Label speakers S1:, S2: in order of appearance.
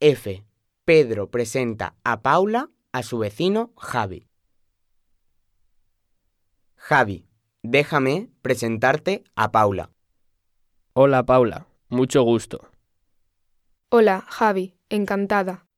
S1: F. Pedro presenta a Paula a su vecino Javi. Javi, déjame presentarte a Paula.
S2: Hola Paula, mucho gusto.
S3: Hola, Javi, encantada.